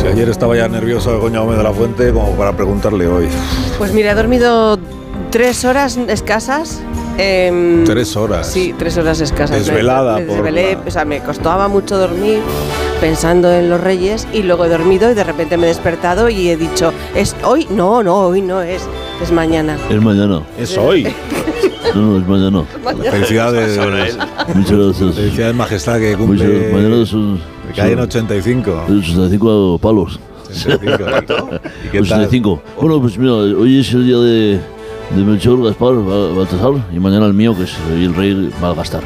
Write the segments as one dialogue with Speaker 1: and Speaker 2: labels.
Speaker 1: Si ayer estaba ya nervioso de Goña Gómez de la Fuente, como para preguntarle hoy.
Speaker 2: Pues mira, he dormido tres horas escasas.
Speaker 3: Mm.
Speaker 2: em,
Speaker 1: Tres horas.
Speaker 2: Sí, tres horas escasas. Me-
Speaker 1: Desvelada
Speaker 2: me
Speaker 1: por
Speaker 2: desvelé,
Speaker 1: la-
Speaker 2: o sea, me costaba mucho dormir pensando en los reyes y luego he dormido y de repente me he despertado y he dicho, es hoy, no, no, hoy no es, es mañana.
Speaker 3: Es mañana.
Speaker 1: Es hoy.
Speaker 3: No, no, es mañana.
Speaker 1: Felicidades.
Speaker 3: Muchas gracias.
Speaker 1: Felicidades, majestad, que
Speaker 3: Muchas
Speaker 1: cumple.
Speaker 3: Mañana son.
Speaker 1: Que hay en
Speaker 3: son
Speaker 1: 85.
Speaker 3: 85 palos.
Speaker 1: 85. ¿Y qué tal?
Speaker 3: 85. Bueno, pues mira, hoy es el día de, de Melchor, Gaspar, Ba- Baltasar y mañana el mío, que es el rey Malgastar.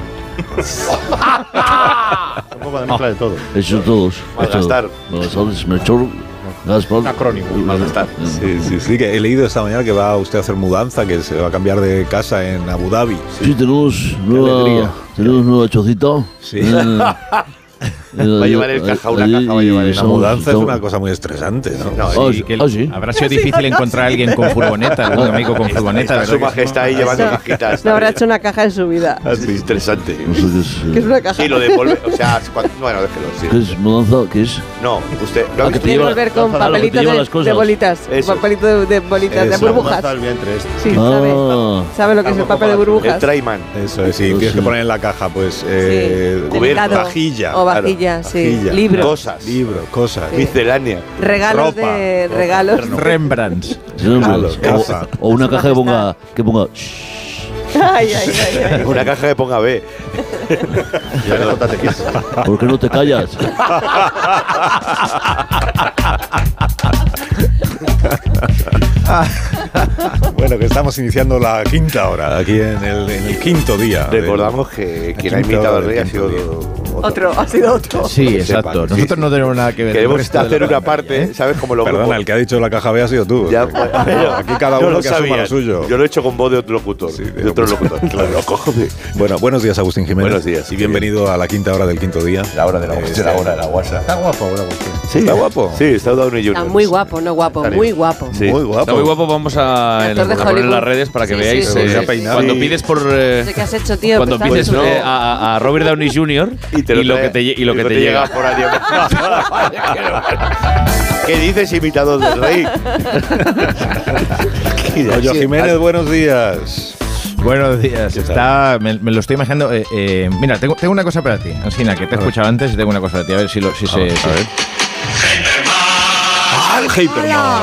Speaker 4: Un poco de mezcla de todo.
Speaker 3: Esos todos.
Speaker 4: Malgastar.
Speaker 3: Malgastar es Melchor, Gaspar.
Speaker 4: Un acrónimo,
Speaker 3: y-
Speaker 4: Malgastar.
Speaker 1: Sí, sí, sí, que he leído esta mañana que va usted a hacer mudanza, que se va a cambiar de casa en Abu Dhabi.
Speaker 3: Sí, tenemos
Speaker 1: alegría.
Speaker 3: nueva, tenemos nueva chocita.
Speaker 1: Sí.
Speaker 3: va
Speaker 4: a llevar el caja, una caja va a llevar el-
Speaker 1: La mudanza es una cosa muy estresante, ¿no?
Speaker 4: No,
Speaker 3: Ah,
Speaker 4: y
Speaker 3: sí.
Speaker 5: Que el-
Speaker 3: ah, sí. Ah,
Speaker 5: Habrá sido difícil encontrar a alguien con furgoneta, algún amigo con furgoneta. ¿verdad
Speaker 4: está su
Speaker 5: que sí?
Speaker 4: majestad ahí llevando cajitas.
Speaker 2: No habrá hecho una caja en su vida.
Speaker 4: Es Ah, interesante.
Speaker 3: Nosotros, eh,
Speaker 2: Que es una caja.
Speaker 4: Sí, lo devuelve. O sea, cuando- bueno, déjelo. sí.
Speaker 3: ¿Qué es mudanza? ¿Qué es?
Speaker 4: No, usted. No,
Speaker 3: Ah, que te
Speaker 2: Tiene que
Speaker 3: lleva-
Speaker 2: volver con
Speaker 3: Gonzalo, que te
Speaker 2: papelito
Speaker 3: lleva
Speaker 2: de,
Speaker 3: las cosas.
Speaker 2: de bolitas,
Speaker 4: Eso.
Speaker 2: papelito de, de bolitas, de
Speaker 1: Eso.
Speaker 2: burbujas.
Speaker 4: vientre este.
Speaker 2: Sí,
Speaker 3: Ah.
Speaker 2: sabe, sabe lo que es el papel de
Speaker 4: El
Speaker 2: burbujas.
Speaker 4: Trayman.
Speaker 1: Eso es, sí,
Speaker 3: Pues
Speaker 1: tienes
Speaker 3: sí.
Speaker 1: que poner en la caja, pues,
Speaker 2: Sí,
Speaker 1: eh,
Speaker 2: delicado.
Speaker 1: vajilla.
Speaker 2: O
Speaker 1: claro,
Speaker 2: vajilla, sí.
Speaker 1: vajilla,
Speaker 2: Libro.
Speaker 4: Cosas.
Speaker 1: Libro, cosas.
Speaker 4: Miscelánea.
Speaker 2: Regalos
Speaker 1: Ropa.
Speaker 2: de
Speaker 1: Ropa.
Speaker 2: regalos.
Speaker 5: Rembrandt.
Speaker 3: Sí, no,
Speaker 1: Claro,
Speaker 3: pues,
Speaker 1: casa.
Speaker 3: o, o una
Speaker 2: Su
Speaker 3: caja que ponga,
Speaker 2: majestad.
Speaker 3: que ponga "Shh".
Speaker 2: Ay, ay, ay, ay.
Speaker 4: Una caja que ponga B.
Speaker 3: ¿por qué no te callas?
Speaker 1: Bueno, que estamos iniciando la quinta hora, aquí en el, en el quinto día. del-
Speaker 4: Recordamos que quien ha
Speaker 1: quinta
Speaker 4: invitado al
Speaker 1: del
Speaker 4: rey ha sido
Speaker 1: quinto
Speaker 2: Otro, ha sido otro.
Speaker 5: Sí,
Speaker 4: sepan,
Speaker 5: exacto.
Speaker 4: sí,
Speaker 5: Nosotros
Speaker 4: sí.
Speaker 5: no tenemos nada que ver.
Speaker 4: Queremos
Speaker 5: El resto de
Speaker 4: hacer
Speaker 5: la
Speaker 4: una
Speaker 5: familia, ¿eh?
Speaker 4: parte, ¿sabes? Como los
Speaker 1: Perdona,
Speaker 4: grupos.
Speaker 1: el que ha dicho la caja B ha sido tú.
Speaker 4: Ya,
Speaker 1: Sí.
Speaker 4: pues, pero-
Speaker 1: aquí cada uno
Speaker 4: no lo
Speaker 1: que asuma
Speaker 4: sabían.
Speaker 1: lo suyo.
Speaker 4: Yo lo he hecho con voz de otro locutor.
Speaker 1: Sí,
Speaker 4: de otro locutor. Claro, cojo de-
Speaker 1: pues, Bueno, buenos días, Agustín Jiménez.
Speaker 4: Buenos días.
Speaker 1: Y bienvenido a la quinta hora del quinto día.
Speaker 4: La hora de la,
Speaker 1: Este,
Speaker 4: la hora de la guasa. Está guapo ahora usted. Sí.
Speaker 1: ¿Está guapo?
Speaker 4: Sí, está Downey Jr.
Speaker 2: Está muy guapo, no guapo, muy guapo.
Speaker 4: Sí.
Speaker 1: Muy guapo.
Speaker 6: Está muy guapo, vamos a,
Speaker 2: Actor de
Speaker 6: a Ah, poner en
Speaker 2: Hollywood.
Speaker 6: las redes para que
Speaker 2: Sí,
Speaker 6: veáis.
Speaker 2: sí,
Speaker 6: eh,
Speaker 2: sí, sí,
Speaker 1: sí.
Speaker 6: Cuando
Speaker 4: Sí.
Speaker 6: pides por. eh,
Speaker 2: No sé qué has hecho, tío. Ah.
Speaker 6: cuando
Speaker 2: pero
Speaker 6: pides
Speaker 2: estás hecho
Speaker 6: eh,
Speaker 2: un-
Speaker 6: a, a Robert Downey Jr. y, lo que
Speaker 4: trae-
Speaker 6: te, lle- y lo que te llega.
Speaker 4: por adiós. ¿Qué dices, invitado del rey?
Speaker 1: Goyo Jiménez, buenos días.
Speaker 5: Buenos días. Está, me, me lo estoy imaginando. eh, eh, mira, tengo, tengo una cosa para ti, Ansina, que te he escuchado antes y tengo una cosa para ti. A ver si, lo, si se. si-
Speaker 1: ¡Al Hyperman!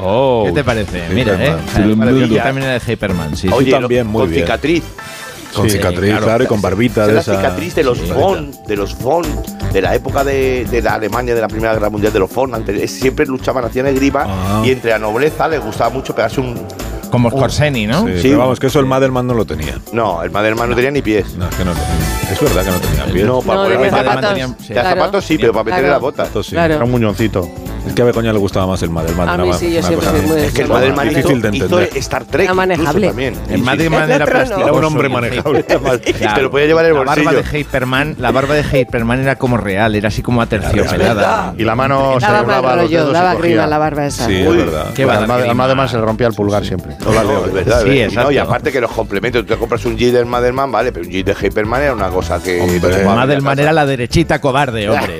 Speaker 6: Oh.
Speaker 5: ¿Qué te parece? Mira, eh.
Speaker 1: Hyperman.
Speaker 5: O sea,
Speaker 3: Tremendo.
Speaker 5: maravilla. Yo también era de Hyperman, sí.
Speaker 1: Oye,
Speaker 4: Oye,
Speaker 1: también,
Speaker 4: lo-
Speaker 1: muy
Speaker 4: con
Speaker 1: bien.
Speaker 4: cicatriz.
Speaker 1: Con
Speaker 5: Sí,
Speaker 1: cicatriz,
Speaker 5: claro.
Speaker 1: claro, y con barbita
Speaker 4: Es
Speaker 1: de
Speaker 4: la
Speaker 1: esa.
Speaker 4: cicatriz de los
Speaker 1: Sí.
Speaker 4: Von, de los Von, de la época de, de la Alemania de la Primera Guerra Mundial, de los Von. antes- siempre luchaban, hacían esgrima
Speaker 1: Ah.
Speaker 4: y entre la nobleza les gustaba mucho pegarse un.
Speaker 5: Como Scorseni, ¿no?
Speaker 1: Sí,
Speaker 4: Sí.
Speaker 1: pero vamos, que eso el Madelman no lo tenía.
Speaker 4: No, el madre hermano no tenía ni pies.
Speaker 1: No, es que no lo tenía. Es verdad que no tenía pies.
Speaker 4: No, para
Speaker 2: No,
Speaker 4: poner
Speaker 2: de
Speaker 5: Además,
Speaker 2: zapatos.
Speaker 5: tenían- sí.
Speaker 4: Las
Speaker 2: claro.
Speaker 4: zapatos sí, pero para meterle
Speaker 2: Claro.
Speaker 4: las botas.
Speaker 1: Esto sí.
Speaker 2: Claro.
Speaker 4: muñoncito.
Speaker 1: Es que a Begoña le gustaba más el Madelman.
Speaker 2: A mí sí, yo siempre fui muy
Speaker 4: Es que el
Speaker 2: Sí,
Speaker 4: Madre
Speaker 2: bueno,
Speaker 4: Hermano
Speaker 1: Difícil de
Speaker 4: hizo-
Speaker 1: entender.
Speaker 4: hizo Star Trek
Speaker 2: Era
Speaker 4: incluso
Speaker 2: manejable.
Speaker 4: también.
Speaker 5: En más de
Speaker 2: El
Speaker 5: manera
Speaker 2: otro no.
Speaker 5: plástica.
Speaker 1: Era un hombre manejable.
Speaker 4: Te lo podía llevar en el
Speaker 5: La barba
Speaker 4: bolsillo.
Speaker 5: de Hyperman, la barba de Hyperman era como real, era así como aterciopelada.
Speaker 7: Y la mano se
Speaker 2: Daba
Speaker 7: doblaba
Speaker 2: mal
Speaker 7: los
Speaker 2: rollo,
Speaker 7: dedos y
Speaker 2: daba grima
Speaker 7: cogía.
Speaker 2: la barba esa.
Speaker 1: Sí, es
Speaker 4: Uy.
Speaker 1: verdad.
Speaker 5: Qué va,
Speaker 7: Además, además, además se le rompía el pulgar siempre.
Speaker 4: No, no, es verdad,
Speaker 5: Sí,
Speaker 4: es verdad. Y no,
Speaker 5: exacto.
Speaker 4: y aparte que los complementos, tú te compras un jeep del Madelman, vale, pero un jeep de Hyperman era una cosa que.
Speaker 1: Hombre.
Speaker 4: te tomaba
Speaker 5: Además del
Speaker 4: media
Speaker 5: manera la derechita cobarde, hombre.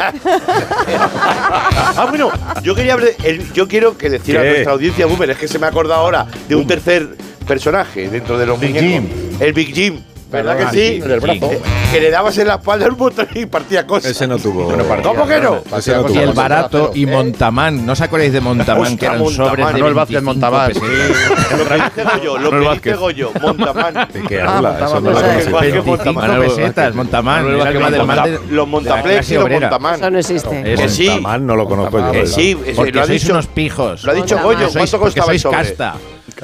Speaker 4: taza. Ah, bueno, yo quería hablar- el- yo quiero que decir a
Speaker 1: ¿Qué?
Speaker 4: nuestra audiencia, Boomer, es que se me ha acordado ahora de un tercer personaje dentro de los
Speaker 7: Big
Speaker 4: muñecos. El Big Jim. ¿Verdad que sí?
Speaker 7: Del brazo.
Speaker 4: Eh, Que le dabas en la espalda un botón y partía cosas. pues,
Speaker 1: Ese no tuvo.
Speaker 4: ¿Cómo que no?
Speaker 1: Ese no
Speaker 7: Y
Speaker 5: Y
Speaker 1: tuvo.
Speaker 5: el barato y Montamán. ¿No os acordáis de Montamán?
Speaker 4: eh. Hostia,
Speaker 5: Que eran
Speaker 4: Montamán,
Speaker 5: sobres de
Speaker 7: Manuel Vázquez
Speaker 5: 25
Speaker 7: Montamán.
Speaker 5: pesetas.
Speaker 4: Lo que dice Goyo,
Speaker 7: Manuel
Speaker 4: lo que dice
Speaker 7: Vázquez.
Speaker 4: Goyo, Ah, Montamán.
Speaker 1: ¿De qué habla? Eso no
Speaker 2: pues,
Speaker 1: lo
Speaker 2: eh,
Speaker 1: conocí.
Speaker 5: 25
Speaker 6: Manuel Vázquez.
Speaker 5: pesetas, Montamán.
Speaker 6: Manuel
Speaker 5: Era el
Speaker 6: Vázquez
Speaker 5: Madelman
Speaker 6: Montamán.
Speaker 5: de- de la
Speaker 4: Los Montaplex
Speaker 5: clase
Speaker 4: y los
Speaker 5: obrera.
Speaker 2: Eso
Speaker 4: Montamán.
Speaker 2: no existe.
Speaker 5: Eso.
Speaker 4: Que sí.
Speaker 1: Montamán no lo conozco yo.
Speaker 4: Que
Speaker 1: es
Speaker 4: Ah, pues, eh, sí,
Speaker 1: verdad.
Speaker 4: ese-
Speaker 5: Porque
Speaker 4: lo ha
Speaker 5: sois
Speaker 4: dicho.
Speaker 5: unos pijos.
Speaker 4: Lo ha dicho
Speaker 2: Montamán.
Speaker 4: Goyo,
Speaker 2: Porque
Speaker 5: Sois-
Speaker 4: ¿cuánto
Speaker 5: porque
Speaker 4: costaba el
Speaker 5: sois
Speaker 4: sobre?
Speaker 5: casta.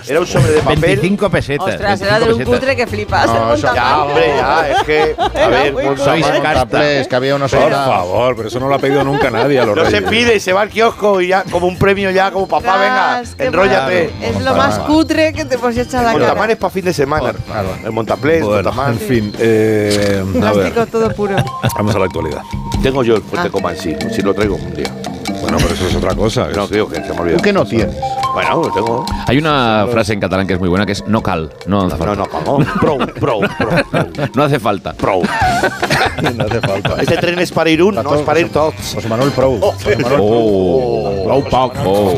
Speaker 4: Era un sobre de papel.
Speaker 8: 25 pesetas.
Speaker 2: Ostras, era de un
Speaker 8: 25 pesetas.
Speaker 2: cutre que flipas.
Speaker 9: No,
Speaker 2: con
Speaker 9: eso-
Speaker 4: Ya,
Speaker 2: tamaño.
Speaker 4: hombre, ya, es que. A ver,
Speaker 2: muy
Speaker 4: Gonzalo,
Speaker 8: Sois
Speaker 4: no
Speaker 8: casta.
Speaker 9: Cartas, que había unos
Speaker 1: Por
Speaker 9: horas.
Speaker 1: favor, pero eso no lo ha pedido nunca nadie a los
Speaker 4: se
Speaker 1: Reyes.
Speaker 4: pide, se va al kiosco y ya, como un premio ya, como papá, venga,
Speaker 2: Ostras, qué
Speaker 4: enróllate.
Speaker 2: mal. Es lo más cutre que te puedes echar a la
Speaker 4: Montamán
Speaker 2: cara.
Speaker 4: es para fin de semana.
Speaker 9: Claro.
Speaker 4: El Montaplés,
Speaker 1: Bueno,
Speaker 4: Montamán.
Speaker 1: en fin, eh, a
Speaker 2: Plástico Ah.
Speaker 1: ver,
Speaker 2: todo puro.
Speaker 1: vamos a la actualidad.
Speaker 4: Tengo yo el fuerte Comansí, si lo traigo un día.
Speaker 1: Bueno, pero eso es otra cosa.
Speaker 4: No, creo que se me ha
Speaker 9: ¿Tú
Speaker 4: olvidado.
Speaker 9: qué no tienes?
Speaker 4: Bueno, lo tengo.
Speaker 3: Hay una frase en catalán que es muy buena, que es no cal, no hace
Speaker 4: No,
Speaker 3: falta.
Speaker 4: no, como. Pro, pro, pro.
Speaker 3: No hace falta.
Speaker 4: Pro.
Speaker 1: no hace falta.
Speaker 4: Este tren es para Irún, no es para ir todos.
Speaker 9: José Manuel Pro.
Speaker 1: Oh,
Speaker 9: José Manuel Pro.
Speaker 3: Oh,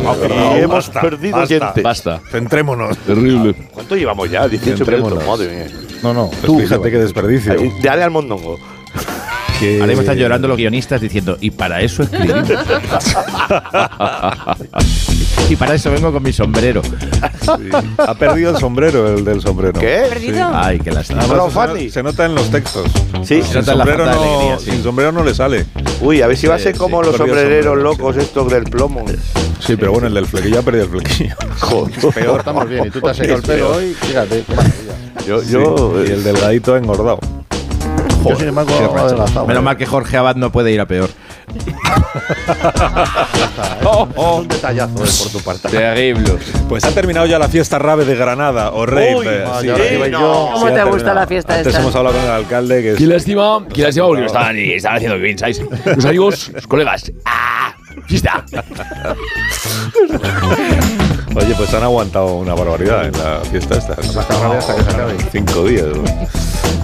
Speaker 4: Y hemos perdido gente.
Speaker 3: basta.
Speaker 1: Centrémonos.
Speaker 3: Terrible.
Speaker 4: ¿Cuánto llevamos ya? 18 minutos. Madre mía.
Speaker 9: No, no.
Speaker 1: Pues
Speaker 9: Tú,
Speaker 1: fíjate qué desperdicio.
Speaker 4: Ahí, Dale al mondongo.
Speaker 1: Que-
Speaker 8: Ahora mismo están llorando los guionistas diciendo, y para eso escribimos. y para eso vengo con mi sombrero.
Speaker 1: Sí. Ha perdido el sombrero, el del sombrero.
Speaker 4: ¿Qué?
Speaker 2: ¿Perdido?
Speaker 8: Ay, qué lástima.
Speaker 1: Además,
Speaker 4: Pero,
Speaker 1: se no-
Speaker 4: Fati.
Speaker 1: se nota en los textos.
Speaker 4: Sí.
Speaker 1: Sin
Speaker 8: nota la
Speaker 1: sombrero,
Speaker 8: falta
Speaker 1: no,
Speaker 8: de alegría, sí.
Speaker 1: sin sombrero no le sale.
Speaker 4: Uy, a ver si va a ser
Speaker 1: Sí,
Speaker 4: como
Speaker 1: sí.
Speaker 4: los
Speaker 1: Perdido
Speaker 4: sombrereros
Speaker 1: sombrero,
Speaker 4: locos estos del plomo.
Speaker 1: Sí, pero bueno, el del flequillo ha perdido el flequillo.
Speaker 9: Peor, estamos bien. Y tú te has secado el pelo hoy. Fíjate, qué maravilla.
Speaker 4: Yo,
Speaker 1: Sí, y el delgadito ha engordado.
Speaker 9: Yo, sin embargo, adelgazado.
Speaker 8: Menos mal que Jorge Abad no puede ir a peor.
Speaker 1: ¿eh?
Speaker 8: Oh,
Speaker 9: Es un detallazo eh, por tu parte.
Speaker 10: Terrible.
Speaker 1: Pues ha terminado ya la fiesta rave de Granada o rave. eh, sí,
Speaker 9: ahora
Speaker 1: sí,
Speaker 9: iba
Speaker 1: sí,
Speaker 9: yo.
Speaker 2: ¿Cómo
Speaker 1: ha
Speaker 2: te gusta
Speaker 1: terminado.
Speaker 2: la fiesta
Speaker 1: Antes
Speaker 2: esta?
Speaker 1: hemos hablado con el alcalde que es-
Speaker 3: Qué lástima, qué lástima, porque lo estaban, estaban haciendo bien, ¿sabes? Los amigos, los colegas. ¡Ah! ¡Fiesta!
Speaker 1: Oye, pues han aguantado una barbaridad en la fiesta esta.
Speaker 9: hasta que se acabe.
Speaker 1: Cinco días. ¿no?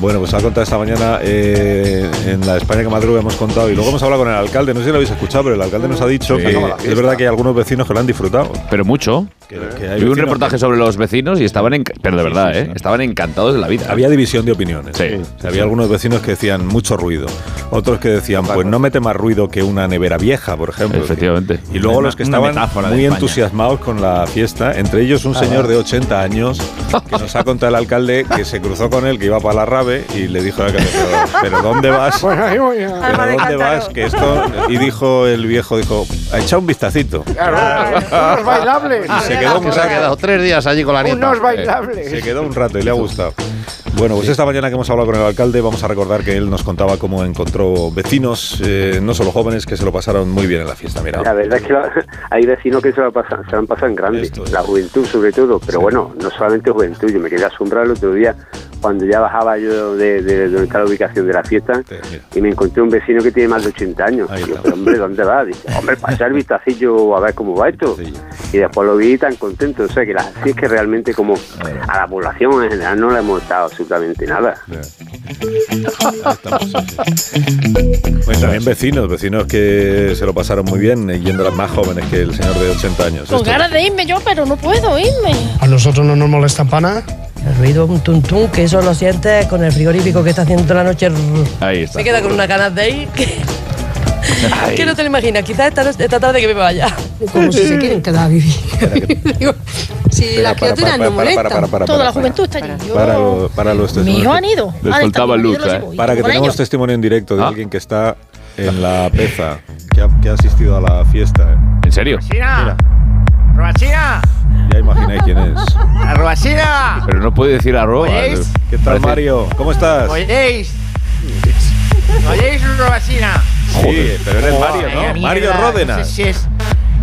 Speaker 1: Bueno, pues ha contado esta mañana eh, en la España que madruga hemos contado y luego hemos hablado con el alcalde. No sé si lo habéis escuchado, pero el alcalde nos ha dicho
Speaker 3: Sí.
Speaker 1: que
Speaker 4: Acaba la
Speaker 1: es
Speaker 4: fiesta.
Speaker 1: verdad que hay algunos vecinos que lo han disfrutado.
Speaker 3: Pero mucho.
Speaker 1: Que- que hay
Speaker 3: Vi un
Speaker 1: vecinos
Speaker 3: reportaje
Speaker 1: que-
Speaker 3: sobre los vecinos y estaban, enc- pero de
Speaker 1: Sí,
Speaker 3: verdad,
Speaker 1: sí,
Speaker 3: ¿eh?
Speaker 1: sí.
Speaker 3: Estaban encantados de la vida.
Speaker 1: Había división de opiniones.
Speaker 3: Sí.
Speaker 1: O sea, había algunos vecinos que decían mucho ruido, otros que decían pues no mete más ruido que una nevera vieja, por ejemplo.
Speaker 3: Efectivamente.
Speaker 1: Y luego
Speaker 8: Una-
Speaker 1: los que
Speaker 8: una
Speaker 1: estaban
Speaker 8: metáfora de
Speaker 1: muy
Speaker 8: España.
Speaker 1: entusiasmados con la fiesta, entre ellos un señor de 80 años que nos ha contado el alcalde que se cruzó con él, que iba para la rave y le dijo al alcalde, pero, pero ¿dónde vas? ¿Pero
Speaker 2: Alma de
Speaker 1: dónde
Speaker 2: cántaro.
Speaker 1: vas? Que esto... Y dijo el viejo, dijo, ha echado un vistacito.
Speaker 9: Unos bailables.
Speaker 1: Se quedó un
Speaker 9: se ha quedado tres días allí con la nieta.
Speaker 1: Se quedó un rato y le ha gustado. Bueno, pues esta mañana que hemos hablado con el alcalde, vamos a recordar que él nos contaba cómo encontró vecinos, eh, no solo jóvenes, que se lo pasaron muy bien en la fiesta.
Speaker 11: La
Speaker 1: Mira,
Speaker 11: verdad es que la- hay vecinos que se lo pasan, se lo han pasado en grande,
Speaker 1: Esto es.
Speaker 11: la juventud sobre todo, pero bueno, no solamente juventud, yo me quedé asombrado el otro día cuando ya bajaba yo de, de donde está la ubicación de la fiesta
Speaker 1: Sí, mira.
Speaker 11: y me encontré un vecino que tiene más de 80 años.
Speaker 1: Ahí
Speaker 11: Digo,
Speaker 1: está.
Speaker 11: pero hombre, ¿dónde va? Dice, hombre, para echar el vistacillo a ver cómo va esto. Y después lo vi tan contento, o sea que la, así es que realmente como a la población en general no le hemos dado absolutamente nada.
Speaker 1: Bueno, también vecinos, vecinos que se lo pasaron muy bien, eh, yendo las más jóvenes que el señor de 80 años.
Speaker 12: Con
Speaker 1: Pues Esto-
Speaker 12: ganas de irme yo, pero no puedo irme.
Speaker 13: A nosotros no nos molesta pana.
Speaker 12: El ruido, un tum tum, que eso lo sientes con el frigorífico que está haciendo toda la noche.
Speaker 3: Ahí está.
Speaker 12: Se queda con una ganas de ir que, que no te lo imaginas. Quizás esta, noche- esta tarde que me vaya.
Speaker 13: Como si se quieren quedar a vivir. Digo, si
Speaker 1: Espera,
Speaker 13: las
Speaker 1: para,
Speaker 13: criaturas no
Speaker 1: para, para, para,
Speaker 13: molestan.
Speaker 1: para, para,
Speaker 12: Toda
Speaker 1: para,
Speaker 12: la
Speaker 1: para.
Speaker 12: juventud está allí. Yo-
Speaker 1: Para, lo- para los
Speaker 12: Mi hijo
Speaker 1: testimonios.
Speaker 12: han ido.
Speaker 3: Les
Speaker 12: Han estado
Speaker 3: faltaba
Speaker 12: conmigo, yo
Speaker 3: Luca,
Speaker 12: los
Speaker 3: ¿eh?
Speaker 12: llevo, y
Speaker 1: Para que
Speaker 12: con
Speaker 1: tenemos
Speaker 12: ellos.
Speaker 1: testimonio en directo de
Speaker 3: Ah.
Speaker 1: alguien que está en la peza, que ha, que ha asistido a la fiesta. ¿eh?
Speaker 3: ¿En serio?
Speaker 8: ¡China!
Speaker 1: Ya imagináis quién es.
Speaker 8: ¡Arroba China!
Speaker 3: Pero no puede decir arroba.
Speaker 8: ¿Oyeis?
Speaker 1: ¿Qué tal,
Speaker 3: Parece-
Speaker 1: Mario? ¿Cómo estás?
Speaker 8: ¿Oyéis? ¿Oyéis, arroba China?
Speaker 1: Sí, pero eres Mario,
Speaker 8: Ay,
Speaker 1: ¿no?
Speaker 8: mierda,
Speaker 1: Mario
Speaker 8: no sé
Speaker 1: Ródenas.
Speaker 8: si es,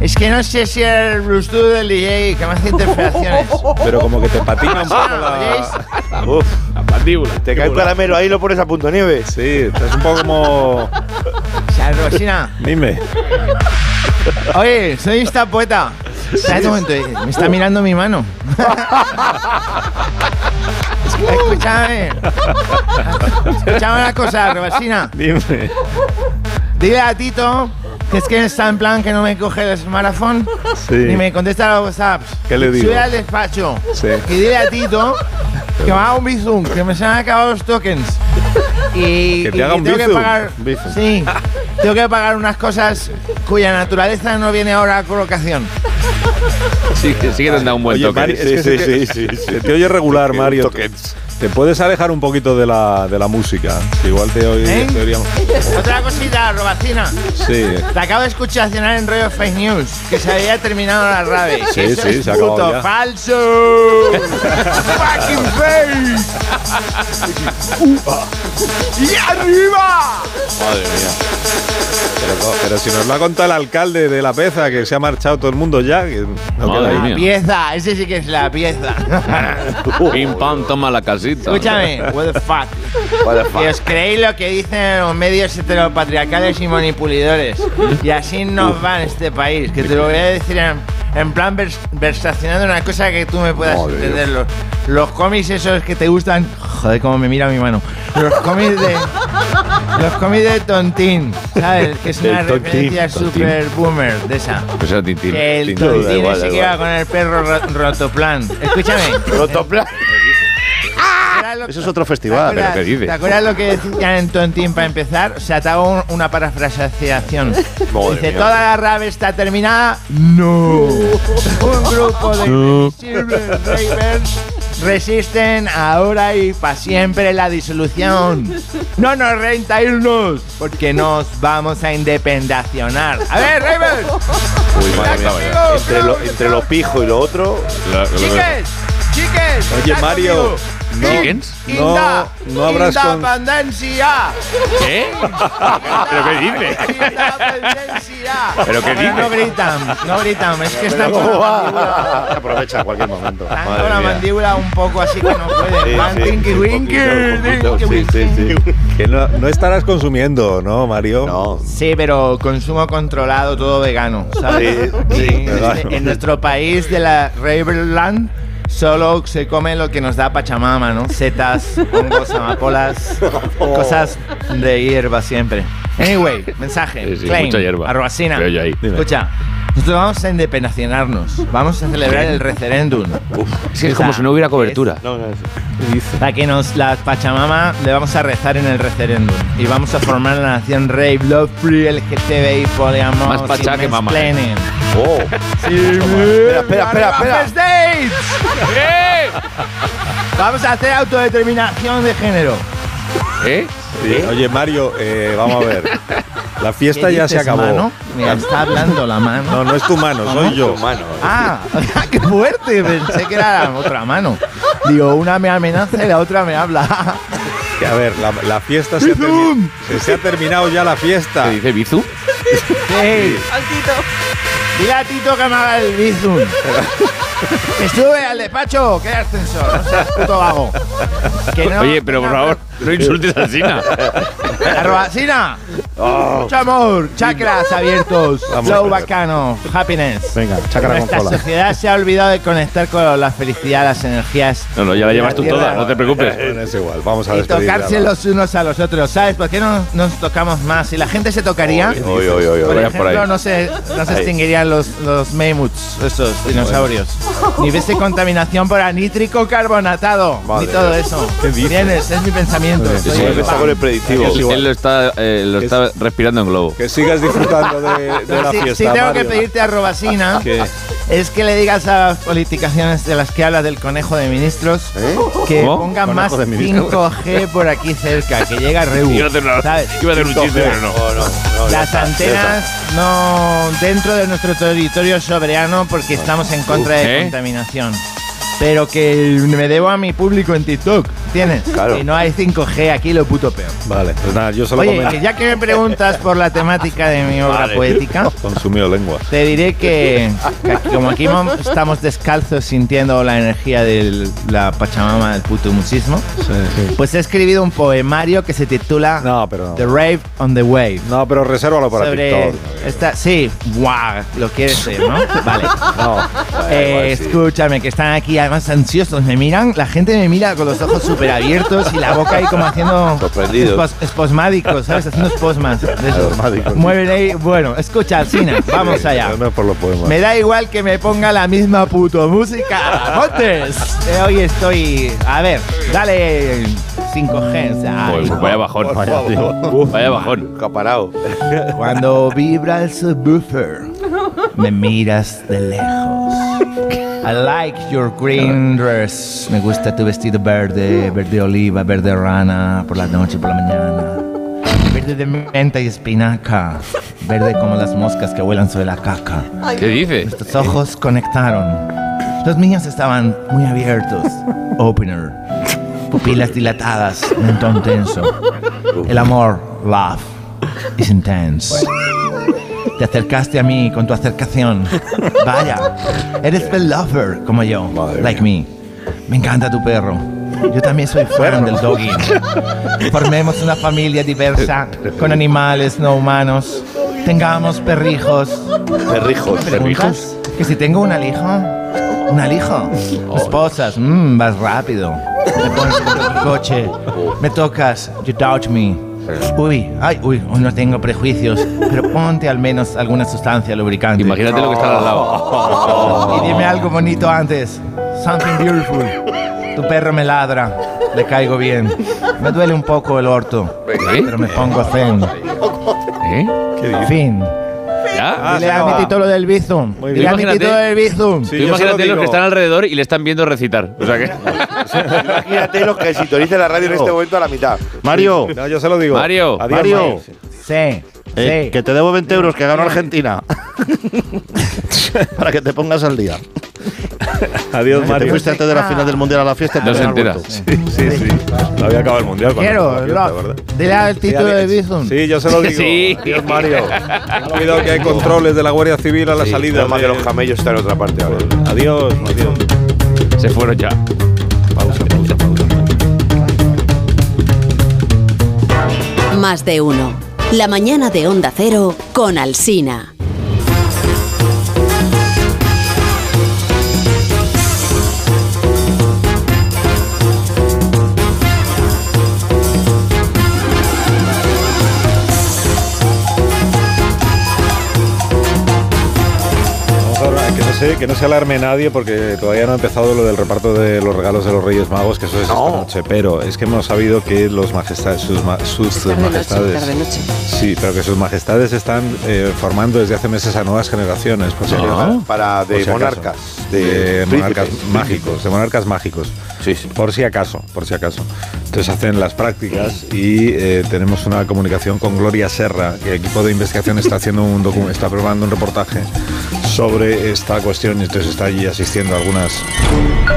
Speaker 8: es que no sé si el Bluetooth del DJ que me hace interpretaciones.
Speaker 1: Pero como que te patina un poco la.
Speaker 4: Uf,
Speaker 3: La mandíbula.
Speaker 4: te cae un caramelo ahí lo pones a punto nieve.
Speaker 1: Sí, estás un poco como.
Speaker 8: Rosina,
Speaker 1: Dime.
Speaker 8: oye, soy esta poeta. Espera un momento, eh, me está mirando mi mano. Escúchame. Escúchame una cosa, Rosina.
Speaker 1: Dime.
Speaker 8: Dile a Tito que es que está en plan que no me coge el smartphone
Speaker 1: Sí.
Speaker 8: ni me contesta los WhatsApps.
Speaker 1: ¿Qué le digo?
Speaker 8: Sube al despacho
Speaker 1: Sí.
Speaker 8: y dile a Tito que me haga un bizum, que me se han acabado los tokens. Y,
Speaker 1: Que te
Speaker 8: y
Speaker 1: haga un
Speaker 8: tengo que
Speaker 1: bizum.
Speaker 8: pagar.
Speaker 9: Bizum.
Speaker 8: Sí. Tengo que pagar unas cosas cuya naturaleza no viene ahora a colocación.
Speaker 3: Sí, que- sí que tendrá un buen
Speaker 1: Oye,
Speaker 3: toque.
Speaker 1: Mario, es que
Speaker 4: Sí,
Speaker 1: se
Speaker 4: sí,
Speaker 1: te-
Speaker 4: sí, sí, sí.
Speaker 1: se te oye regular, Mario.
Speaker 4: Tokens.
Speaker 1: Te puedes alejar un poquito de la, de la música. que Igual te, oí-
Speaker 8: ¿Eh?
Speaker 1: te oiríamos.
Speaker 8: Otra cosita, Robacina.
Speaker 1: Sí.
Speaker 8: Te acabo de escuchar cenar en Radio Fake News, que se había terminado la rave.
Speaker 1: Sí,
Speaker 8: Eso
Speaker 1: sí,
Speaker 8: es
Speaker 1: se ha acabado
Speaker 8: puto
Speaker 1: ya.
Speaker 8: falso. Fucking fake. Upa. ¡Y arriba!
Speaker 1: Madre mía. Pero, co- pero si nos lo ha contado el alcalde de La Peza, que se ha marchado todo el mundo ya, que no
Speaker 6: Madre
Speaker 1: queda ahí.
Speaker 6: mía.
Speaker 8: Pieza, ese sí que es la pieza.
Speaker 6: Pim pam, toma la casita.
Speaker 8: Escúchame, what the fuck. Y os creéis lo que dicen los medios heteropatriarcales y manipuladores. Y así nos va en este país. Que te lo voy a decir en, en plan vers- versacionando una cosa que tú me puedas
Speaker 5: Madre mía.
Speaker 8: entender. Los, los cómics esos que te gustan. Joder, cómo me mira mi mano. Los cómics de. Los cómics de Tontín, ¿sabes? Que es
Speaker 5: Del
Speaker 8: una
Speaker 5: Tontín,
Speaker 8: referencia
Speaker 5: Tontín.
Speaker 8: super boomer de esa.
Speaker 5: Pues era Tintín.
Speaker 8: Que el
Speaker 5: Tintín.
Speaker 8: Tontín ese que iba con el perro ro- rotoplan. Escúchame. ¿Rotoplan?
Speaker 7: Eso es otro festival.
Speaker 8: ¿Te acuerdas- ¿Te acuerdas lo que decían en Tontín para empezar? O sea, te hago un- una parafraseación.
Speaker 7: Madre
Speaker 8: Dice,
Speaker 7: mía.
Speaker 8: toda la rave está terminada. No. Un grupo de invencibles ravers resisten ahora y para siempre la disolución. No nos renta irnos, porque nos vamos a independacionar. A
Speaker 9: ¡Eh,
Speaker 8: ver, ravers.
Speaker 4: Uy, madre mía. Entre lo, entre lo pijo y lo otro.
Speaker 8: Chiques, chiques.
Speaker 4: Oye,
Speaker 8: está
Speaker 4: Mario,
Speaker 8: conmigo.
Speaker 4: no-
Speaker 8: Chickens.
Speaker 4: no-
Speaker 8: Inda-
Speaker 4: no habrás con-
Speaker 8: Independencia.
Speaker 6: ¿Qué? ¿Pero qué dices?
Speaker 8: ¿Pero qué No gritan, no gritan, es que están con la mandíbula,
Speaker 7: Aprovecha cualquier momento.
Speaker 8: están con la mandíbula un poco así que no
Speaker 7: Sí,
Speaker 8: pueden. Van
Speaker 7: sí,
Speaker 8: tinky
Speaker 7: un
Speaker 8: winky,
Speaker 7: poquito,
Speaker 8: tinky winky.
Speaker 1: Que no, no estarás consumiendo, ¿no, Mario? No.
Speaker 8: Sí, pero consumo controlado, todo vegano, ¿sabes?
Speaker 1: Sí, sí,
Speaker 8: Y en,
Speaker 1: vegano.
Speaker 8: este- en nuestro país de la Raverland solo se come lo que nos da Pachamama, ¿no? Setas, hongos, amapolas,
Speaker 1: Oh.
Speaker 8: cosas de hierba siempre. Anyway, mensaje.
Speaker 6: Sí, sí,
Speaker 8: claim,
Speaker 6: mucha hierba.
Speaker 8: Arruacina.
Speaker 6: Veo yo ahí. Dime.
Speaker 8: Escucha. Nosotros vamos a independacionarnos. Vamos a celebrar el referéndum.
Speaker 6: Es que es como si no hubiera cobertura.
Speaker 8: La que nos, la Pachamama, le vamos a rezar en el referéndum. Y vamos a formar la nación Rave, Love Free, LGTBI, Poliamor.
Speaker 6: Más pachá que mamá.
Speaker 8: Oh. espera,
Speaker 4: espera, espera, espera.
Speaker 8: Vamos a hacer autodeterminación de género.
Speaker 1: ¿Eh? Oye, Mario, eh, vamos a ver. La fiesta
Speaker 8: ¿Qué
Speaker 1: ya se
Speaker 8: dices,
Speaker 1: acabó.
Speaker 8: mano? Mira, está hablando la mano.
Speaker 1: No, no es tu mano, soy yo.
Speaker 6: eh.
Speaker 8: Ah, qué fuerte. Pensé que era la otra mano. Digo, una me amenaza y la otra me habla.
Speaker 1: Que, a ver, la, la fiesta se ha, termi- se- se ha terminado ya la fiesta. ¿Qué dice Bizu?
Speaker 8: Sí. Dile a Tito que me haga el bizum. Que sube al despacho, que hay ascensor. No seas puto vago. Que no.
Speaker 6: Oye, pero por favor, no insultes a Sina.
Speaker 8: Arroba, Sina.
Speaker 6: Oh.
Speaker 8: Mucho amor, chakras abiertos,
Speaker 6: Vamos,
Speaker 8: flow
Speaker 6: Pedro.
Speaker 8: bacano, happiness.
Speaker 7: Venga, chakra
Speaker 8: Nuestra
Speaker 7: con cola.
Speaker 8: sociedad se ha olvidado de conectar con la felicidad, las energías.
Speaker 6: No, no, ya la
Speaker 8: de
Speaker 6: llevas tú
Speaker 8: tierra.
Speaker 6: toda, no te preocupes.
Speaker 1: Es igual, vamos a
Speaker 8: Y
Speaker 1: despedir. ya,
Speaker 8: tocarse
Speaker 1: va.
Speaker 8: los unos a los otros, ¿sabes? ¿Por qué no nos tocamos más? Si la gente se tocaría,
Speaker 4: Oye, oye, oye, oye,
Speaker 8: por
Speaker 4: vaya
Speaker 8: ejemplo,
Speaker 4: por ahí.
Speaker 8: no se, no se
Speaker 4: Ahí.
Speaker 8: extinguirían los, los mamuts, esos dinosaurios. Ni hubiese contaminación por anítrico carbonatado,
Speaker 6: Madre
Speaker 8: ni todo
Speaker 6: mía.
Speaker 8: eso.
Speaker 6: ¿Qué dices?
Speaker 8: Vienes, es mi pensamiento.
Speaker 6: Sí,
Speaker 8: Soy
Speaker 6: sí,
Speaker 8: el
Speaker 6: sí.
Speaker 8: pan.
Speaker 6: Él, él lo está, eh, lo está respirando en globo.
Speaker 1: Que sigas disfrutando de,
Speaker 8: Pero si, si tengo que pedirte arrobacina,
Speaker 6: ¿Qué?
Speaker 8: es que le digas a las politicaciones de las que habla del conejo de ministros que
Speaker 6: ¿Eh? ¿Cómo?
Speaker 8: pongan más
Speaker 6: Conejo de ministros.
Speaker 8: 5G por aquí cerca, que llega Reu.
Speaker 6: Iba a hacer una-
Speaker 8: ¿sabes?
Speaker 6: iba a hacer un chiste, pero no.
Speaker 8: Las antenas no dentro de nuestro territorio soberano porque estamos en contra
Speaker 6: Uf,
Speaker 8: de
Speaker 6: ¿eh?
Speaker 8: contaminación. Pero que me debo a mi público en TikTok, ¿tienes?
Speaker 1: Claro.
Speaker 8: Y no hay 5G aquí, lo puto peor.
Speaker 1: Vale, pues nada, yo solo
Speaker 8: Oye,
Speaker 1: comento-
Speaker 8: que ya que me preguntas por la temática de mi obra
Speaker 1: Vale.
Speaker 8: poética,
Speaker 1: Consumió lengua.
Speaker 8: te diré que, que aquí- como aquí mo- estamos descalzos sintiendo la energía de la Pachamama del puto muchísimo, pues he escribido un poemario que se titula The Rave on the Wave.
Speaker 1: No, pero resérvalo para
Speaker 8: Sobre
Speaker 1: TikTok.
Speaker 8: esta, sí, guau, lo quieres ser, ¿no? Vale.
Speaker 1: No,
Speaker 8: Eh, escúchame, que están aquí además ansiosos, me miran, la gente me mira con los ojos súper abiertos y la boca ahí como haciendo
Speaker 4: Sorprendidos.
Speaker 8: espos- esposmádicos, ¿sabes? Haciendo esposmas. de esos. Mueven ahí, bueno, escucha, Sina, vamos allá.
Speaker 1: No es por los poemas.
Speaker 8: Me da igual que me ponga la misma puto música. ¡Montes! Eh, hoy estoy. A ver, dale 5G. o sea,
Speaker 6: Pues, vaya bajón. Vaya, tío. Vaya bajón. ¿Eh?
Speaker 4: Caparao.
Speaker 8: Cuando vibra el subwoofer, me miras de lejos. I like your green dress. Me gusta tu vestido verde, verde oliva, verde rana, por la noche, por la mañana. Verde de menta y espinaca. Verde como las moscas que vuelan sobre la caca.
Speaker 6: ¿Qué dice?
Speaker 8: Nuestros ojos conectaron. Los míos estaban muy abiertos. Opener. Pupilas dilatadas, mentón tenso. El amor, love, is intense. Te acercaste a mí con tu acercación. Vaya, eres bell lover como yo, like me. Me encanta tu perro. Yo también soy fan del doggy. Formemos una familia diversa con animales no humanos. Tengamos perrijos.
Speaker 4: Perrijos,
Speaker 8: ¿Me preguntas? Que si tengo un alijo. Un alijo. Esposas, mm, vas rápido. Me pones en tu coche. Me tocas. You touch me. Uy, ay, uy, hoy no tengo prejuicios, pero ponte al menos alguna sustancia lubricante.
Speaker 6: Imagínate lo que está al lado.
Speaker 8: Y dime algo bonito antes. Something beautiful. Tu perro me ladra. Le caigo bien. Me duele un poco el orto. Pero me pongo zen.
Speaker 6: ¿Eh?
Speaker 1: ¿Qué
Speaker 8: Fin.
Speaker 6: ¿Ya?
Speaker 8: Dile a mi título del Bizum.
Speaker 6: Tú
Speaker 8: Dile a mi título del Bizum.
Speaker 6: tú imagínate los que están alrededor y le están viendo recitar. O sea que.
Speaker 4: Imagínate los que sintonicen la radio en este momento a la mitad.
Speaker 7: Mario.
Speaker 1: No, yo se lo digo.
Speaker 6: Mario.
Speaker 1: Adiós,
Speaker 7: Mario.
Speaker 8: Sí.
Speaker 7: Eh,
Speaker 8: sí.
Speaker 7: Que te debo 20 euros que ganó Argentina. Para que te pongas al día.
Speaker 1: Adiós,
Speaker 7: Que Te
Speaker 1: Mario.
Speaker 7: fuiste antes de
Speaker 14: Ah.
Speaker 7: la final del mundial a la fiesta. y
Speaker 6: No se
Speaker 7: todavía
Speaker 6: entera.
Speaker 7: has vuelto.
Speaker 1: Sí, sí. No había acabado el mundial. cuando
Speaker 8: Quiero,
Speaker 1: empezó la fiesta,
Speaker 8: love.
Speaker 1: ¿verdad?
Speaker 8: Dile al título
Speaker 1: Sí,
Speaker 8: del
Speaker 1: adiós.
Speaker 8: Bizum.
Speaker 1: Sí, yo se lo digo.
Speaker 6: Sí.
Speaker 1: Adiós, Mario. Cuidado que hay controles de la Guardia Civil a la salida.
Speaker 4: Además que
Speaker 1: de-
Speaker 4: los camellos están en otra parte ahora.
Speaker 1: Adiós, adiós.
Speaker 6: Se fueron ya.
Speaker 1: Pausa, pausa, pausa.
Speaker 13: Más de uno. La mañana de Onda Cero con Alsina.
Speaker 1: Vamos ahora, que no, se, que no se alarme nadie porque todavía no ha empezado lo del reparto de los regalos de los Reyes Magos, que eso es esta noche. Pero es que hemos sabido que los majestades, sus, ma- sus
Speaker 2: Tarde noche,
Speaker 1: majestades.
Speaker 2: tarde noche.
Speaker 1: Sí, pero que sus majestades están eh, formando desde hace meses a nuevas generaciones. Por si
Speaker 4: No.
Speaker 1: acaso. ¿eh?
Speaker 4: Para- de
Speaker 1: Por si acaso.
Speaker 4: monarcas, de
Speaker 1: De, monarcas
Speaker 4: príncipes.
Speaker 1: mágicos. De monarcas mágicos.
Speaker 4: Sí, sí.
Speaker 1: Por si acaso, por si acaso. Entonces hacen las prácticas y eh, tenemos una comunicación con Gloria Serra, que el equipo de investigación está haciendo un docu- está probando un reportaje sobre esta cuestión y entonces está allí asistiendo a algunas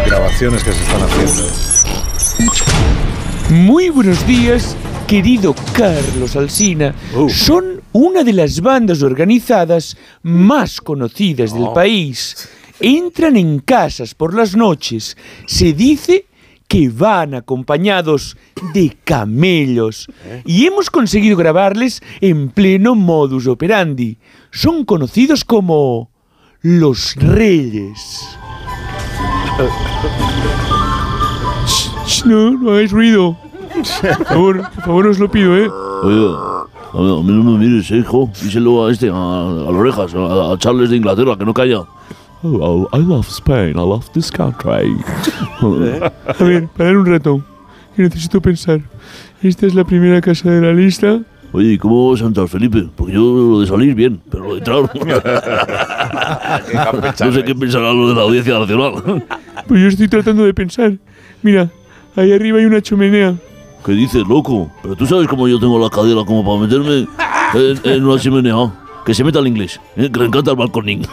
Speaker 1: grabaciones que se están haciendo.
Speaker 15: Muy buenos días, querido Carlos Alsina. Son una de las bandas organizadas más conocidas del país. Entran en casas por las noches. Se dice que van acompañados de camellos. Y hemos conseguido grabarles en pleno modus operandi. Son conocidos como los reyes. Shh, No, no hagáis ruido. Por favor, por favor, os lo pido, ¿eh?
Speaker 3: Oye, a, ver, a mí no me mires, eh, hijo. Díselo a este, a, a las orejas, a, a Charles de Inglaterra, que no calla.
Speaker 15: Oh, I love Spain, I love this country. A ver, parar un rato, que necesito pensar. Esta es la primera casa de la lista.
Speaker 3: Oye, ¿y cómo vas a entrar, Felipe? Porque yo lo de salir bien, pero lo de entrar. no sé qué pensará lo de la Audiencia Nacional.
Speaker 15: Pues yo estoy tratando de pensar. Mira, ahí arriba hay una chimenea.
Speaker 3: ¿Qué dices, loco? Pero tú sabes cómo yo tengo la cadera como para meterme en, en una chimenea. Que se meta al inglés, eh, que le encanta el balconín.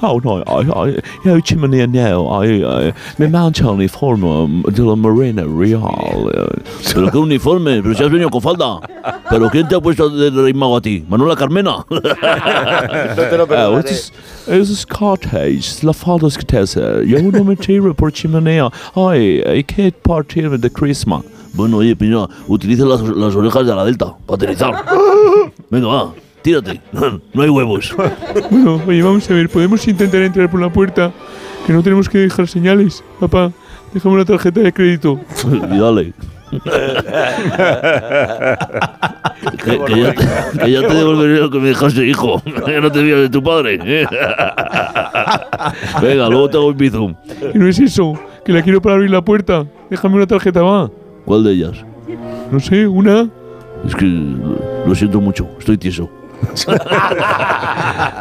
Speaker 15: Oh no, I, I, you know, chimenea now. I, I, me mancha uniforme de la Marina Real. eh.
Speaker 3: Pero qué uniforme, pero si has venido con falda. ¿Pero quién te ha puesto de rey mago a ti? ¿Manuela Carmena? Ah,
Speaker 15: Oh, it is, it is cottage, la falda escotesa. Yo no me tiro por chimenea. Ay, hay que partir de Christmas.
Speaker 3: Bueno, oye, Piña, utiliza las, las orejas de la delta para aterrizar. Venga, va, tírate. No hay huevos.
Speaker 15: Bueno, oye, vamos a ver, podemos intentar entrar por la puerta, que no tenemos que dejar señales. Papá, déjame una tarjeta de crédito.
Speaker 3: Y dale. Que, que ya, que ya te devolveré lo que me dejaste, hijo. Ya no te vías de tu padre. ¿eh? Venga, luego te hago un bizum.
Speaker 15: Y no es eso, que la quiero para abrir la puerta. Déjame una tarjeta, va.
Speaker 3: ¿Cuál de ellas?
Speaker 15: No sé, una.
Speaker 3: Es que lo siento mucho, estoy tieso.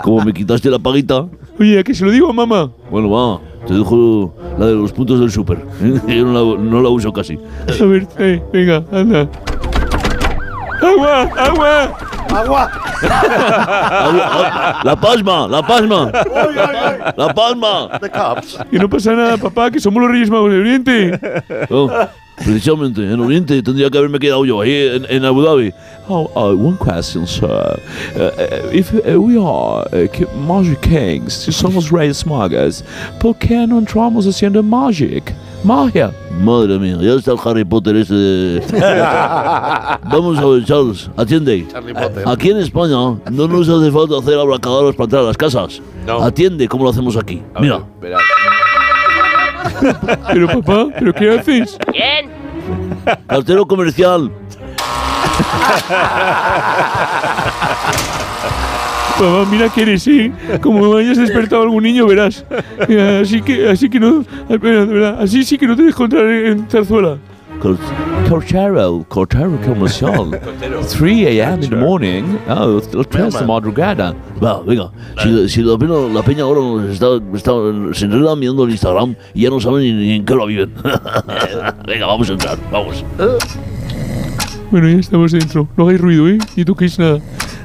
Speaker 3: Como me quitaste la paguita,
Speaker 15: Oye, ¿a que se lo digo a mamá?
Speaker 3: Bueno, va, te dejo la de los puntos del súper. ¿eh? Yo no la, no la uso casi.
Speaker 15: A ver, eh, venga, anda. ¡Agua! ¡Agua!
Speaker 3: ¡Agua! ¡La pasma! ¡La pasma! ¡La palma!
Speaker 15: Que no pasa nada, papá, que somos los Reyes Magos del Oriente.
Speaker 3: Oh, precisamente, en Oriente tendría que haberme quedado yo, ahí en, en Abu Dhabi.
Speaker 16: Oh, uh, one question, sir. Uh, uh, if uh, we are uh, ki- Magic Kings, si somos Reyes Magos, ¿por qué no entramos haciendo Magic? Magia.
Speaker 3: Madre mía, ya está el Harry Potter ese de... Vamos a ver, Charles, atiende.
Speaker 4: Charlie Potter.
Speaker 3: Aquí en España no nos hace falta hacer abracadabras para entrar a las casas.
Speaker 4: No.
Speaker 3: Atiende como lo hacemos aquí.
Speaker 4: A ver,
Speaker 3: Mira.
Speaker 4: verás.
Speaker 15: Pero papá, ¿pero qué haces?
Speaker 17: ¿Quién?
Speaker 3: Cartero comercial.
Speaker 15: Papá, mira que eres, sí. Como hayas despertado a algún niño, verás. Eh, Así que, así que no. espera, de verdad, Así sí que no te dejo entrar en en Zarzuela.
Speaker 16: Cortero, Cortero Comercial. 3 a.m. in the morning.
Speaker 3: Ah,
Speaker 16: Oh, las 3 de la madrugada.
Speaker 3: Va, venga. Si, si la, peña, la peña ahora nos está, está, se nos está mirando el Instagram y ya no saben ni, ni en qué lo viven. venga, vamos a entrar, vamos.
Speaker 15: Bueno, ya estamos dentro. No hagáis ruido, ¿eh? Ni toquéis nada.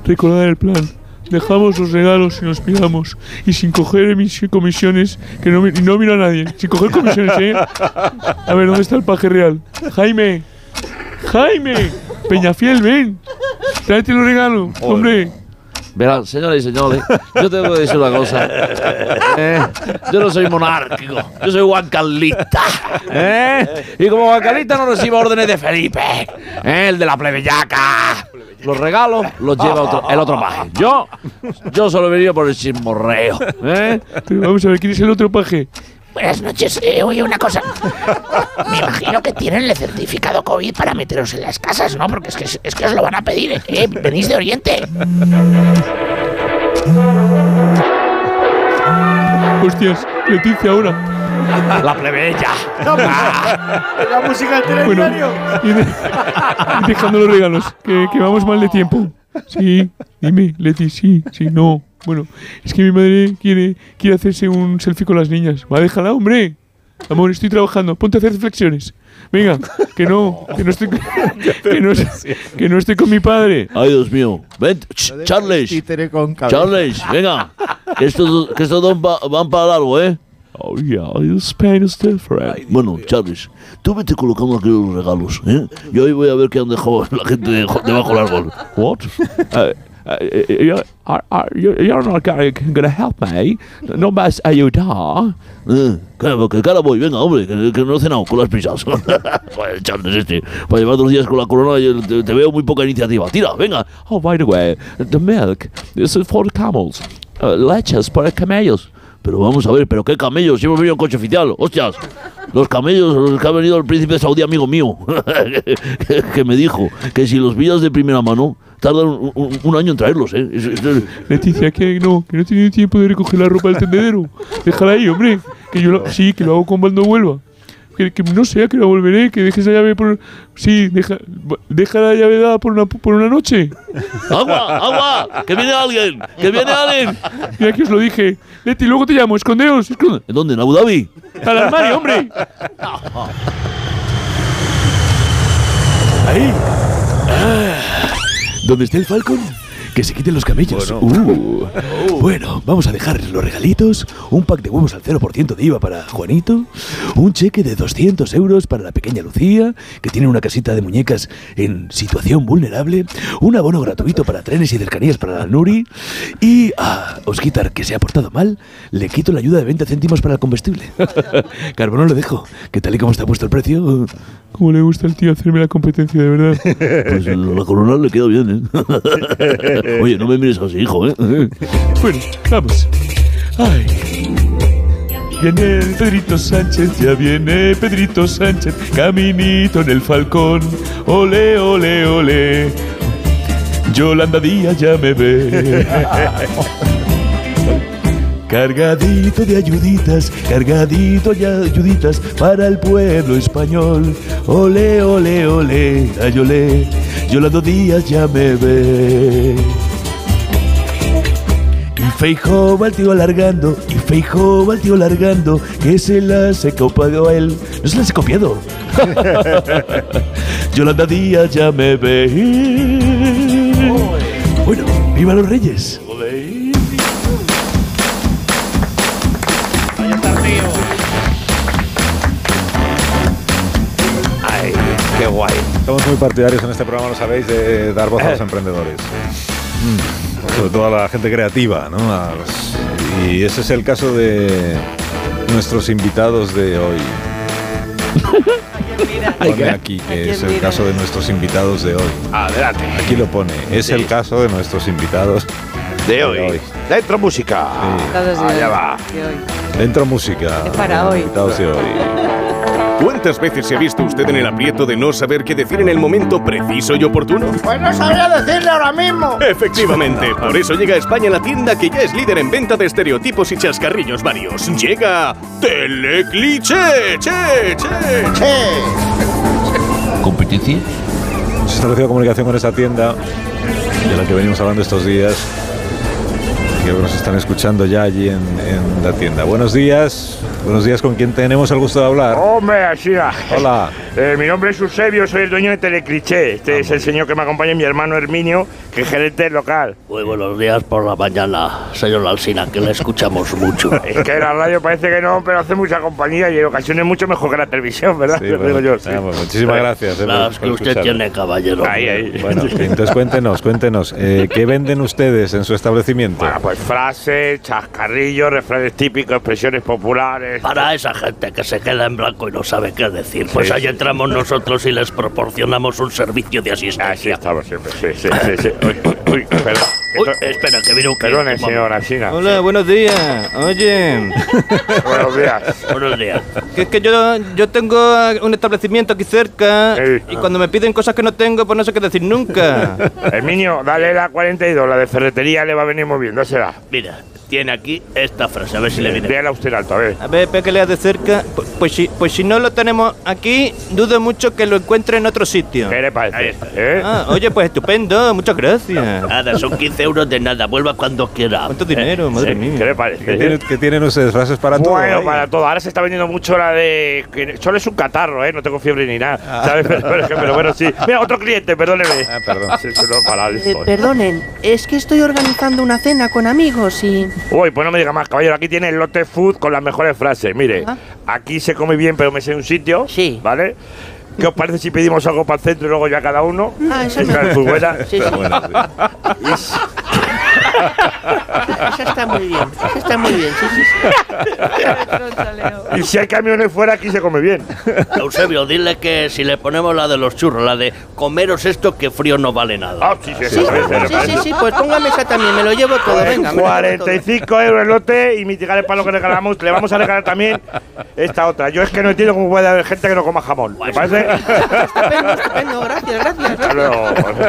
Speaker 15: Recordad el plan. Dejamos los regalos y nos pidamos. Y sin coger mis comisiones, que no, mi- y no miro a nadie. Sin coger comisiones, ¿eh? A ver, ¿dónde está el paje real? Jaime. Jaime. Peñafiel, ven. Tráete los regalos, hombre.
Speaker 14: Verán, señores y señores, yo tengo que decir una cosa. ¿eh? Yo no soy monárquico, yo soy Juan Carlista. ¿eh? Y como Juan Carlista no recibo órdenes de Felipe, ¿eh? el de la plebeyaca. Los regalos los lleva otro- el otro paje. Yo, yo solo he venido por el chismorreo. ¿eh?
Speaker 15: Pero vamos a ver, ¿quién es el otro paje?
Speaker 17: Buenas noches. Eh, oye, una cosa. Me imagino que tienen el certificado COVID para meteros en las casas, ¿no? Porque es que, es que os lo van a pedir. ¿eh? ¿eh? Venís de Oriente.
Speaker 15: Hostias, Leticia ahora.
Speaker 14: La plebeya.
Speaker 18: La música del
Speaker 15: Bueno,
Speaker 18: telediario.
Speaker 15: y, de- y dejando los regalos, que, que vamos mal de tiempo. Sí, dime, Leti, sí, sí, no. Bueno, es que mi madre quiere, quiere hacerse un selfie con las niñas. Va, déjala, hombre. Amor, estoy trabajando. Ponte a hacer reflexiones. Venga, que no, que no estoy, que no, que no estoy con mi padre.
Speaker 3: Ay, Dios mío. Ven, ch- Charles.
Speaker 5: Títere con cabeza.
Speaker 3: Charles, venga. Que estos, dos- que estos dos va- van para largo, ¿eh?
Speaker 16: Oh, yeah, Spain is different.
Speaker 3: Bueno, Charles, tú vete colocando aquí los regalos, ¿eh? Yo hoy voy a ver qué han dejado la gente dejo- debajo del árbol.
Speaker 16: What? uh, uh, you, are, are, you, you're not going to help me. No más ayudar.
Speaker 3: Eh, claro, que cara voy, venga, hombre, que, que no he cenado con las prisas. Joder, Charles, este, para llevar dos días con la corona, yo te, te veo muy poca iniciativa. Tira, venga.
Speaker 16: Oh, by the way, the milk this is for the camels.
Speaker 3: Ah,
Speaker 16: Uh, leches para camellos.
Speaker 3: Pero vamos a ver, pero qué camellos, si hemos venido en coche oficial, hostias. Los camellos, los que ha venido el príncipe de saudí, amigo mío, que, que me dijo que si los pillas de primera mano, tardan un, un- un año en traerlos, ¿eh? Es- es- es-
Speaker 15: Leticia, que no, que no he tenido tiempo de recoger la ropa del tendedero. Déjala ahí, hombre. Que yo lo- sí, que lo hago con cuando vuelva. Que, que no sea que la volveré, que dejes la llave por. Sí, deja, deja la llave dada por una, por una noche.
Speaker 3: ¡Agua! ¡Agua! ¡Que viene alguien! ¡Que viene alguien!
Speaker 15: Mira que os lo dije. Leti, luego te llamo, escondeos. esconde-
Speaker 3: ¿En dónde? ¿En Abu Dhabi?
Speaker 15: Al armario, hombre.
Speaker 19: Ahí. Ah. ¿Dónde está el Falcon? Que se quiten los camellos. Uh. Bueno, vamos a dejar los regalitos, un pack de huevos al 0% de IVA para Juanito, un cheque de 200 euros para la pequeña Lucía, que tiene una casita de muñecas en situación vulnerable, un abono gratuito para trenes y cercanías para la Nuri, y a Osquitar, que se ha portado mal, le quito la ayuda de 20 céntimos para el combustible. Carbono lo dejo, que tal y como está puesto el precio,
Speaker 15: Como le gusta al tío hacerme la competencia, de verdad.
Speaker 3: Pues a la corona le queda bien, ¿eh? Oye, no me mires así, hijo, ¿eh?
Speaker 15: Bueno, vamos. Ay. Viene el Pedrito Sánchez, ya viene Pedrito Sánchez, caminito en el falcón, ole, ole, ole. Yolanda Díaz ya me ve.
Speaker 19: Cargadito de ayuditas, cargadito de ayuditas para el pueblo español. Ole, ole, ole, ay, ole, Yolando Díaz ya me ve. Y Feijo al tío largando y Feijo al tío largando que se las he copiado a él. No se las he copiado. Yolanda Díaz ya me ve. Bueno, viva los reyes.
Speaker 4: Ay, qué guay.
Speaker 1: Estamos muy partidarios en este programa, lo sabéis, de dar voz a
Speaker 20: Eh.
Speaker 1: los emprendedores. Mm. Sobre todo a la gente creativa, ¿no? A los- y ese es el caso de nuestros invitados de hoy. Pone aquí que es el caso de nuestros invitados de hoy.
Speaker 4: Adelante.
Speaker 1: Aquí lo pone. Es el caso de nuestros invitados
Speaker 4: De hoy. Dentro música.
Speaker 2: Invitados de
Speaker 4: Allá
Speaker 2: hoy.
Speaker 4: va.
Speaker 2: de hoy.
Speaker 1: Dentro música.
Speaker 2: Es para hoy.
Speaker 1: Invitados de hoy.
Speaker 20: ¿Cuántas veces se ha visto usted en el aprieto de no saber qué decir en el momento preciso y oportuno?
Speaker 8: Pues no sabría decirle ahora mismo.
Speaker 20: Efectivamente, por eso llega a España la tienda que ya es líder en venta de estereotipos y chascarrillos varios. Llega Telecliché, che, che.
Speaker 1: competencia. Se ha establecido comunicación con esta tienda de la que venimos hablando estos días. Que nos están escuchando ya allí en, en la tienda. Buenos días. Buenos días con quien tenemos el gusto de hablar.
Speaker 21: Hombre, Ashira.
Speaker 1: Hola.
Speaker 21: Eh, mi nombre es Eusebio, soy el dueño de Telecliché. Este es el señor que me acompaña, y mi hermano Herminio, que es gerente local.
Speaker 9: Muy buenos días por la mañana, señor Alsina, que le escuchamos mucho.
Speaker 21: Es que la radio parece que no, pero hace mucha compañía y en ocasiones mucho mejor que la televisión, ¿verdad?
Speaker 1: Sí,
Speaker 21: Lo
Speaker 1: bueno,
Speaker 21: digo yo, sí.
Speaker 1: vamos, muchísimas gracias. eh,
Speaker 9: Las
Speaker 1: por-
Speaker 9: que
Speaker 1: por
Speaker 9: usted
Speaker 1: escucharnos.
Speaker 9: tiene, caballero.
Speaker 21: Ahí, ahí.
Speaker 1: Bueno, entonces cuéntenos, cuéntenos, eh, ¿qué venden ustedes en su establecimiento?
Speaker 21: Pues frases, chascarrillos, refranes típicos, expresiones populares.
Speaker 9: Para esa gente que se queda en blanco y no sabe qué decir, pues
Speaker 21: Sí.
Speaker 9: ahí entramos nosotros y les proporcionamos un servicio de asistencia. Así
Speaker 21: estamos siempre, sí, sí, sí. sí. Uy, uy, perdón.
Speaker 9: espera, que viene un cliente.
Speaker 21: Perdone, señor Ashina.
Speaker 22: Hola, buenos días. Ah, Oye.
Speaker 21: buenos días.
Speaker 9: Buenos días.
Speaker 22: Que es que yo, yo tengo un establecimiento aquí cerca y cuando me piden cosas que no tengo, pues no sé qué decir nunca.
Speaker 21: Herminio, dale la 42, la de ferretería le va a venir muy bien, dásela.
Speaker 9: Mira, tiene aquí esta frase, a ver si le viene.
Speaker 21: Léala usted alto, a ver.
Speaker 22: A ver, espera que leas de cerca. Pu- Pues, si, pues si no lo tenemos aquí, dudo mucho que lo encuentre en otro sitio.
Speaker 21: ¿Qué le parece?
Speaker 22: Ah, oye, pues estupendo, muchas gracias.
Speaker 9: Nada, son 15 euros de nada, vuelva cuando quiera. ¿Cuánto
Speaker 22: dinero, madre mía?
Speaker 21: ¿Qué le parece?
Speaker 1: ¿Qué tienen, qué tienen ustedes? ¿Frases para todo?
Speaker 21: Bueno,
Speaker 1: ahí?
Speaker 21: para todo. Ahora se está vendiendo mucho la de. que solo es un catarro, ¿eh? No tengo fiebre ni nada.
Speaker 22: Ah.
Speaker 21: ¿Sabes? Pero, pero- pero bueno, sí. Mira, otro cliente, perdóneme. Ah, perdón. Sí, sí, no, para
Speaker 23: Eh,
Speaker 21: esto.
Speaker 23: perdonen, es que estoy organizando una cena con amigos y...
Speaker 21: Uy, pues no me diga más, caballero. Aquí tiene el lote food con las mejores frases. Mire,
Speaker 23: Ah.
Speaker 21: aquí se come bien, pero me sé un sitio. Sí. ¿Vale? ¿Qué os parece si pedimos algo para el centro y luego ya cada uno?
Speaker 23: Ah, eso
Speaker 21: Esa
Speaker 23: me-
Speaker 21: es muy buena.
Speaker 23: Sí, sí. Buena,
Speaker 21: Es-
Speaker 23: Esa está muy bien, esa está muy bien, sí, sí,
Speaker 21: Y si hay camiones fuera, aquí se come bien.
Speaker 9: Eusebio, dile que si le ponemos la de los churros, la de comeros esto que frío no vale nada.
Speaker 21: Ah, sí, sí,
Speaker 23: sí. Sí, sí, sí, pues póngame esa también, me lo llevo todo, venga. me lo llevo todo.
Speaker 21: 45 euros el lote y mitigar el palo que regalamos. Le vamos a regalar también esta otra. Yo es que no entiendo cómo puede haber gente que no coma jamón. ¿Le parece?
Speaker 23: Estupendo, estupendo, gracias, gracias.
Speaker 21: Hasta luego.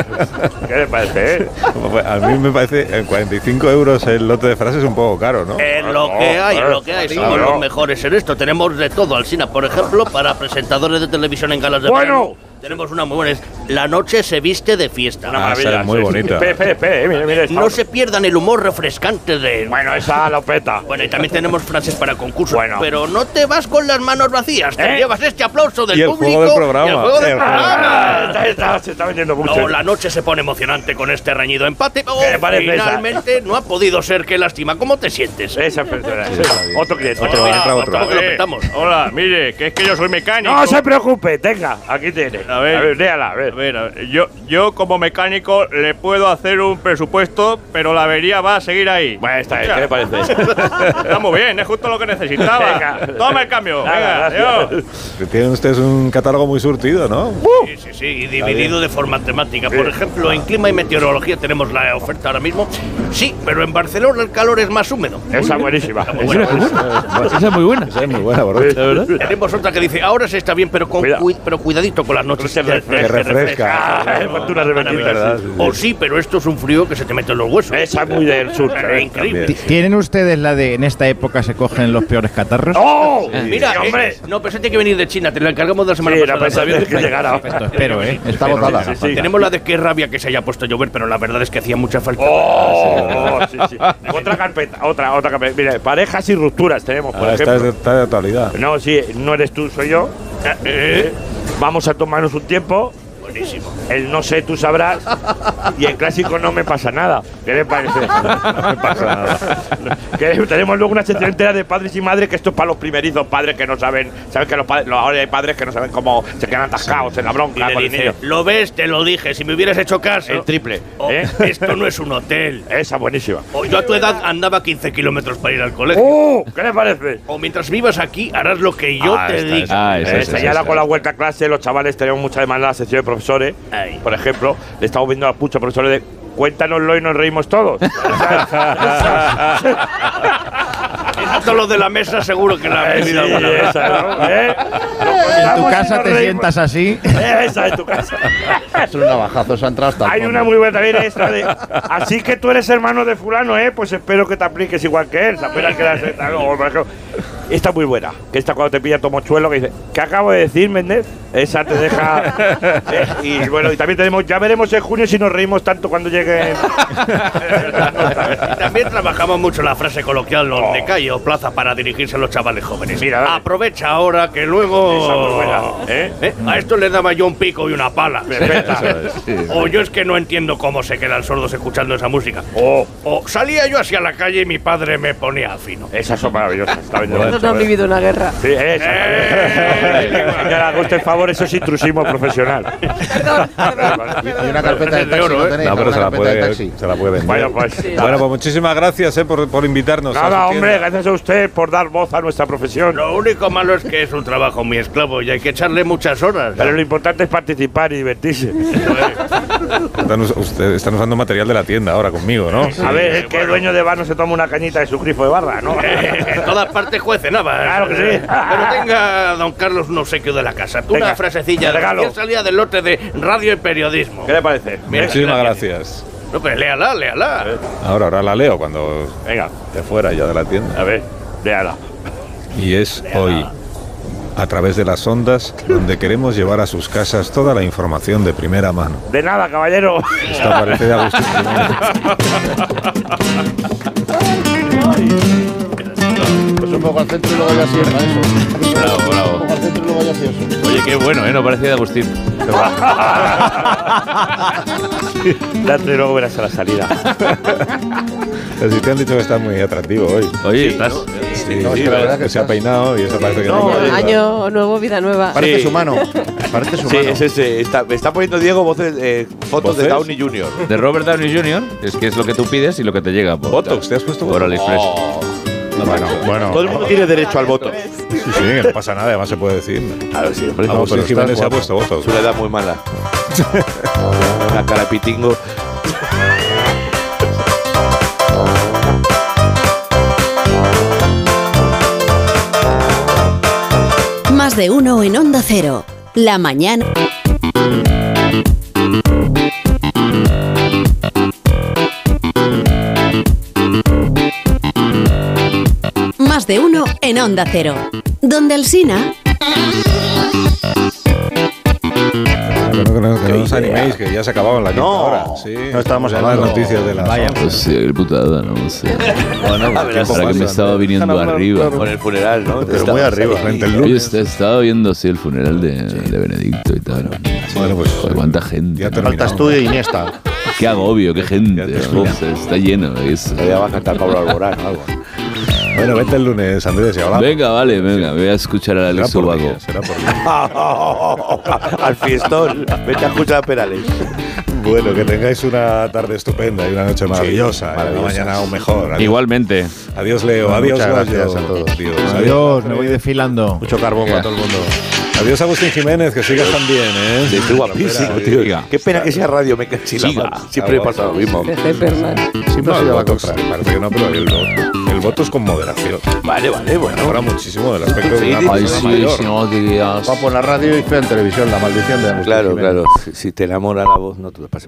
Speaker 21: ¿Qué le parece, eh?
Speaker 1: pues, A mí me parece eh, 45 euros el lote de frases un poco caro, ¿no?
Speaker 9: Es Eh, lo que hay, es lo que hay. Somos
Speaker 1: Claro.
Speaker 9: los mejores en esto. Tenemos de todo, Alsina. Por ejemplo, para presentadores de televisión en galas de
Speaker 21: Bueno.
Speaker 9: verano, Tenemos una muy buena. es La noche se viste de fiesta.
Speaker 1: Ah, esa es muy bonita.
Speaker 21: Espere, espere, espere. eh, Mire, mire esta
Speaker 9: No
Speaker 21: otra.
Speaker 9: se pierdan el humor refrescante de.
Speaker 21: Bueno, esa lo peta.
Speaker 9: Bueno, y también tenemos frases para concurso. Pero no te vas con las manos vacías. Te ¿Eh? llevas este aplauso del
Speaker 21: Y el
Speaker 9: público.
Speaker 21: juego del programa.
Speaker 9: y el juego del
Speaker 21: El juego.
Speaker 9: programa.
Speaker 21: Ah, Está- está- se está vendiendo mucho.
Speaker 9: No, la noche se pone emocionante con este reñido empate. Oh,
Speaker 21: ¿Qué le parece esa?
Speaker 9: finalmente no ha podido ser. Qué lástima. ¿Cómo te sientes?
Speaker 21: Esa persona. Otro Eh, cliente.
Speaker 9: Otro,
Speaker 21: Hola,
Speaker 9: entra otro.
Speaker 21: otro.
Speaker 9: Lo petamos.
Speaker 24: Hola, mire, que es que yo soy mecánico.
Speaker 21: No se preocupe, tenga, aquí tiene.
Speaker 24: A ver,
Speaker 21: a ver, léala, a ver.
Speaker 24: a ver, Yo, yo como mecánico le puedo hacer un presupuesto, pero la avería va a seguir ahí. Bueno,
Speaker 21: está bien, ¿qué le parece?
Speaker 24: Está muy bien, es justo lo que necesitaba. Venga. Toma el cambio, venga, Nada, adiós.
Speaker 1: Tienen ustedes un catálogo muy surtido, ¿no?
Speaker 9: Sí, sí,
Speaker 21: Uh.
Speaker 9: sí, y dividido de forma temática. Por ejemplo, en clima y meteorología tenemos la oferta ahora mismo. Sí, pero en Barcelona el calor es más húmedo.
Speaker 21: Esa buenísima.
Speaker 9: Muy buena.
Speaker 1: Esa es muy buena. Esa es muy buena, por
Speaker 9: Tenemos otra que dice, ahora se está bien, pero, con cui- pero cuidadito con las se
Speaker 1: refresca. refresca.
Speaker 9: Factura repentina.
Speaker 1: verdad, sí,
Speaker 9: O sí, pero esto es un frío que se te mete en los huesos. Esa es muy del sur. increíble.
Speaker 5: ¿Tienen ustedes la de en esta época se cogen los peores catarros?
Speaker 9: ¡Oh! Mira, hombre. No, pero esa tiene que venir de China. Te la encargamos de la semana
Speaker 5: Sí, la
Speaker 9: pasada.
Speaker 5: pensaba
Speaker 9: Sabías
Speaker 5: que llegara. Perfecto, espero, ¿eh? Está
Speaker 9: Espero,
Speaker 5: botada.
Speaker 9: sí, sí, sí.
Speaker 5: Botada.
Speaker 9: Tenemos la de qué rabia que se haya puesto a llover, pero la verdad es que hacía mucha falta. Ah,
Speaker 21: Oh, sí, sí. Otra carpeta, otra, otra carpeta. Mira, parejas y rupturas tenemos, por
Speaker 1: Ahora está,
Speaker 21: ejemplo.
Speaker 1: está Ah, de actualidad.
Speaker 21: No, sí, no eres tú, soy yo. Eh, eh, Vamos a tomarnos un tiempo. Buenísimo. El no sé, tú sabrás. Y el clásico no me pasa nada. ¿Qué le parece? No me pasa nada. Que tenemos luego una sección entera de padres y madres, que esto es para los primerizos padres que no saben. Saben que los padres, los- ahora hay padres que no saben cómo se quedan atascados en la
Speaker 9: Y
Speaker 21: bronca
Speaker 9: le
Speaker 21: con el
Speaker 9: dice,
Speaker 21: niño.
Speaker 9: lo ves, te lo dije. Si me hubieras hecho caso.
Speaker 21: El triple.
Speaker 9: Oh,
Speaker 21: ¿Eh?
Speaker 9: Esto no es un hotel.
Speaker 21: Esa buenísima.
Speaker 9: O yo a tu edad andaba 15 kilómetros para ir al colegio.
Speaker 21: ¡Oh! ¿Qué le parece?
Speaker 9: O mientras vivas aquí, harás lo que yo
Speaker 21: Ah,
Speaker 9: te
Speaker 21: esta,
Speaker 9: diga.
Speaker 21: esta. Esta, ya la con la vuelta a clase, los chavales tenemos mucha demanda en la sección de profesores. Por ejemplo, le estamos viendo a pucha profesores de cuéntanoslo y nos reímos todos.
Speaker 9: Todos los de la mesa seguro que la han vivido alguna vez.
Speaker 21: ¿Eh?
Speaker 5: En tu
Speaker 9: Vamos, si
Speaker 5: casa te
Speaker 9: nos reímos.
Speaker 5: sientas así.
Speaker 21: Esa es tu casa.
Speaker 7: Es un navajazo, se ha entrado hasta el
Speaker 21: Hay
Speaker 7: fondo.
Speaker 21: una muy buena también esta de. Así que tú eres hermano de fulano, ¿eh? Pues espero que te apliques igual que él. se apenas que la- tal, o, por ejemplo, Esta es muy buena. Que esta cuando te pilla Tomochuelo que dice, ¿qué acabo de decir, Méndez? Esa te deja. Eh, y bueno, y también tenemos, ya veremos en junio si nos reímos tanto cuando llegue.
Speaker 9: Y también trabajamos mucho la frase coloquial los de calle o plaza para dirigirse a los chavales jóvenes.
Speaker 21: Oh. Mira,
Speaker 9: aprovecha ahora que luego.
Speaker 21: Esa es muy buena, ¿eh?
Speaker 9: ¿Eh? A esto le daba yo un pico y una pala.
Speaker 21: Perfecta.
Speaker 9: O yo es que no entiendo cómo se quedan sordos escuchando esa música.
Speaker 21: Oh.
Speaker 9: O salía yo hacia la calle y mi padre me ponía fino.
Speaker 21: Esas son maravillosas. Está bien, ¿eh?
Speaker 2: Nosotros no han vivido una guerra.
Speaker 21: Sí, esa. Señora, haga usted favor, eso es intrusismo profesional.
Speaker 7: Y una carpeta de taxi no tenéis,
Speaker 1: No, pero
Speaker 7: una
Speaker 1: se la,
Speaker 7: carpeta de
Speaker 1: puede,
Speaker 7: taxi.
Speaker 1: se la puede vender.
Speaker 21: Bueno, ¿eh? pues-
Speaker 1: Bueno, pues muchísimas gracias eh, por, por invitarnos. a
Speaker 9: Nada,
Speaker 1: su
Speaker 9: hombre,
Speaker 1: tienda.
Speaker 21: Gracias a usted por dar voz a nuestra profesión.
Speaker 9: Lo único malo es que es un trabajo muy esclavo y hay que echarle muchas horas.
Speaker 21: Pero lo importante es participar y divertirse.
Speaker 1: Están, us- usted- están usando material de la tienda ahora conmigo, ¿no?
Speaker 9: Sí.
Speaker 21: A ver, es que el dueño de bar no se toma una cañita de su grifo de barra, ¿no?
Speaker 9: en todas partes juece nada. Claro
Speaker 21: que sí.
Speaker 9: Pero tenga don Carlos un obsequio de la casa. Tú
Speaker 21: Venga,
Speaker 9: una frasecilla.
Speaker 21: regalo.
Speaker 9: Recién salida del lote de radio y periodismo.
Speaker 21: ¿Qué le parece?
Speaker 9: Mira,
Speaker 1: Muchísimas
Speaker 9: mira.
Speaker 1: gracias.
Speaker 9: No, pero léala, léala.
Speaker 1: Ahora, ahora la leo cuando
Speaker 21: Venga.
Speaker 1: te fuera ya de la tienda.
Speaker 21: A ver, léala.
Speaker 1: Y es hoy, a través de las ondas, donde queremos llevar a sus casas toda la información de primera mano.
Speaker 21: De nada, caballero.
Speaker 1: Esto parece de Agustín
Speaker 7: Pues un poco al centro y luego ya así, eso.
Speaker 6: Bravo,
Speaker 7: Un
Speaker 6: bravo.
Speaker 7: poco al centro y luego ya así, eso.
Speaker 6: Oye, qué bueno, ¿eh? No parecía de Agustín.
Speaker 21: Date luego verás a la salida.
Speaker 1: Pero si te han dicho que estás muy atractivo hoy.
Speaker 6: Oye, estás.
Speaker 1: Sí,
Speaker 7: No, es que
Speaker 1: sí,
Speaker 7: la verdad
Speaker 1: que
Speaker 7: que
Speaker 1: se ha peinado y eso parece que no.
Speaker 2: Año nuevo, vida nueva.
Speaker 4: Parece su
Speaker 7: mano.
Speaker 4: Parece
Speaker 7: su
Speaker 4: sí,
Speaker 7: mano.
Speaker 4: es ese. Está, me está poniendo Diego voces, eh, fotos de
Speaker 6: ¿Voces?
Speaker 4: Downey Jr.
Speaker 6: De Robert Downey Jr. Es que es lo que tú pides y lo que te llega. Por,
Speaker 1: Botox, ¿te has puesto
Speaker 6: Por
Speaker 1: botox? Ah,
Speaker 6: AliExpress.
Speaker 1: bueno, bueno.
Speaker 4: Todo el mundo tiene derecho al voto.
Speaker 1: Sí, sí, que no pasa nada, además se puede decir.
Speaker 4: Claro, sí,
Speaker 1: Ah,
Speaker 4: Vamos,
Speaker 1: pero
Speaker 4: sí,
Speaker 1: Jiménez
Speaker 4: estás
Speaker 1: se ha
Speaker 4: guapo.
Speaker 1: puesto votos.
Speaker 4: Es una edad muy mala. Una cara de pitingo.
Speaker 13: Más de uno en Onda Cero. La mañana. Más de uno en Onda Cero. Donde Alsina.
Speaker 1: Que no, que no- que no os animéis, que ya se acababan la quinta
Speaker 4: No,
Speaker 1: hora. Sí,
Speaker 4: no estábamos
Speaker 1: Programa
Speaker 4: hablando.
Speaker 1: de noticias de las
Speaker 4: Vaya.
Speaker 1: ondas.
Speaker 6: No sé, qué putada, Pues no sé. Bueno,
Speaker 4: A ver,
Speaker 6: ahora
Speaker 4: ¿cómo
Speaker 6: que me
Speaker 4: pasa?
Speaker 6: estaba viniendo
Speaker 4: Déjalo,
Speaker 6: arriba.
Speaker 4: claro, Con el funeral, ¿no?
Speaker 6: Pero muy
Speaker 1: arriba, frente al
Speaker 6: Yo est- estaba viendo así el funeral de, de Benedicto y tal.
Speaker 1: Bueno, pues.
Speaker 6: Joder, cuánta gente.
Speaker 1: Ya
Speaker 7: Faltas tú y Iniesta.
Speaker 6: Qué agobio, qué gente. Joder, está lleno. Es...
Speaker 4: va a cantar Pablo Alborán o algo.
Speaker 1: Bueno, vete el lunes, Andrés, y hablamos.
Speaker 6: Venga, vale, venga. Voy a escuchar a Alex
Speaker 1: por
Speaker 6: Ubago.
Speaker 1: Será por
Speaker 4: al fiestón. Vete a escuchar a Perales.
Speaker 1: Bueno, que tengáis una tarde estupenda y una noche maravillosa. y una mañana aún mejor. Adiós,
Speaker 6: Igualmente.
Speaker 1: Adiós, Leo.
Speaker 7: Bueno,
Speaker 1: adiós,
Speaker 7: muchas
Speaker 1: Gallo.
Speaker 7: gracias a todos.
Speaker 1: Adiós.
Speaker 7: Adiós, me voy desfilando.
Speaker 4: Mucho carbón para todo el mundo.
Speaker 1: Adiós, Agustín Jiménez, que sigas tan bien, ¿eh?
Speaker 4: Sí, estoy guapísimo, tío. Qué pena que sea radio, me cachila. Siempre pasa lo mismo.
Speaker 1: Siempre ha sido la cosa. Parece que no, pero el voto, el voto es con moderación.
Speaker 4: Vale, vale, bueno.
Speaker 1: Ahora muchísimo del aspecto
Speaker 24: Sí,
Speaker 1: de una
Speaker 24: sí,
Speaker 1: persona
Speaker 24: sí,
Speaker 1: mayor.
Speaker 24: sí, no, Papo en la radio y feo en televisión, la maldición de Agustín
Speaker 4: Claro,
Speaker 24: Jiménez.
Speaker 4: claro. Si, si te enamora la voz, no te lo pases por